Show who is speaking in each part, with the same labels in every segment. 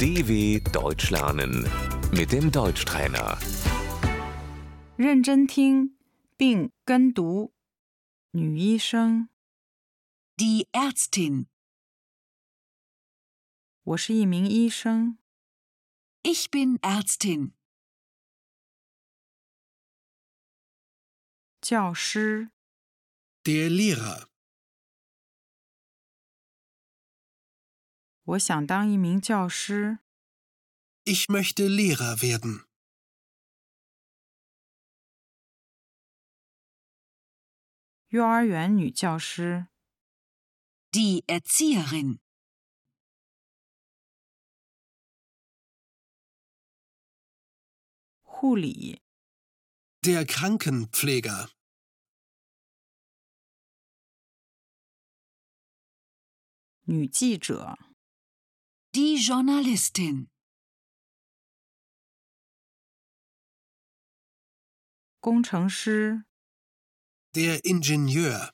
Speaker 1: DW Deutsch lernen mit dem Deutschtrainer.
Speaker 2: 认真听并跟读。女医生，
Speaker 3: Die Ärztin.
Speaker 2: 我是一名医生。
Speaker 3: Ich bin Ärztin.
Speaker 2: 教师，
Speaker 4: Der Lehrer.
Speaker 2: 我想当一名教师。
Speaker 4: Ich möchte Lehrer werden.
Speaker 2: 幼儿园女教师，
Speaker 3: Die Erzieherin.
Speaker 2: 护理，
Speaker 4: Der Krankenpfleger.
Speaker 2: 女记者，
Speaker 3: Die Journalistin.
Speaker 2: 工程师，
Speaker 4: Der Ingenieur.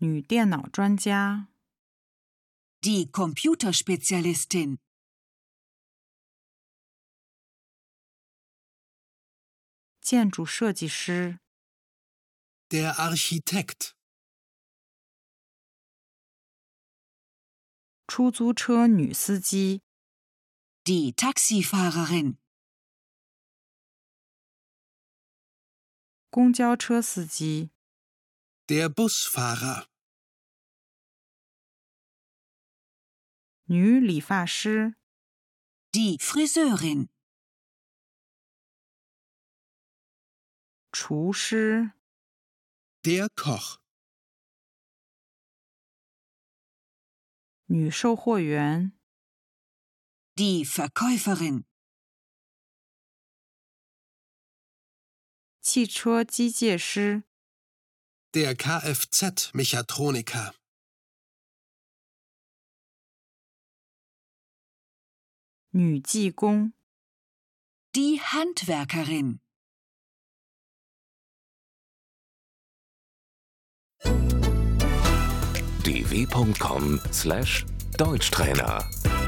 Speaker 2: 女电脑专家，
Speaker 3: Die Computerspezialistin.
Speaker 2: 建筑设计师，
Speaker 4: Der Architekt.
Speaker 2: 出租车女司机，
Speaker 3: Die Taxifahrerin.
Speaker 2: 公交车司机，
Speaker 4: Der Busfahrer.
Speaker 2: 女理发师，
Speaker 3: Die Friseurin.
Speaker 2: 厨师，
Speaker 4: Der Koch.
Speaker 2: 女售货员，
Speaker 3: Die Verkäuferin.
Speaker 2: 汽车机械师，
Speaker 4: Der Kfz-Mechatroniker.
Speaker 2: 女技工。
Speaker 3: Die Handwerkerin.
Speaker 1: dw.com/deutschtrainer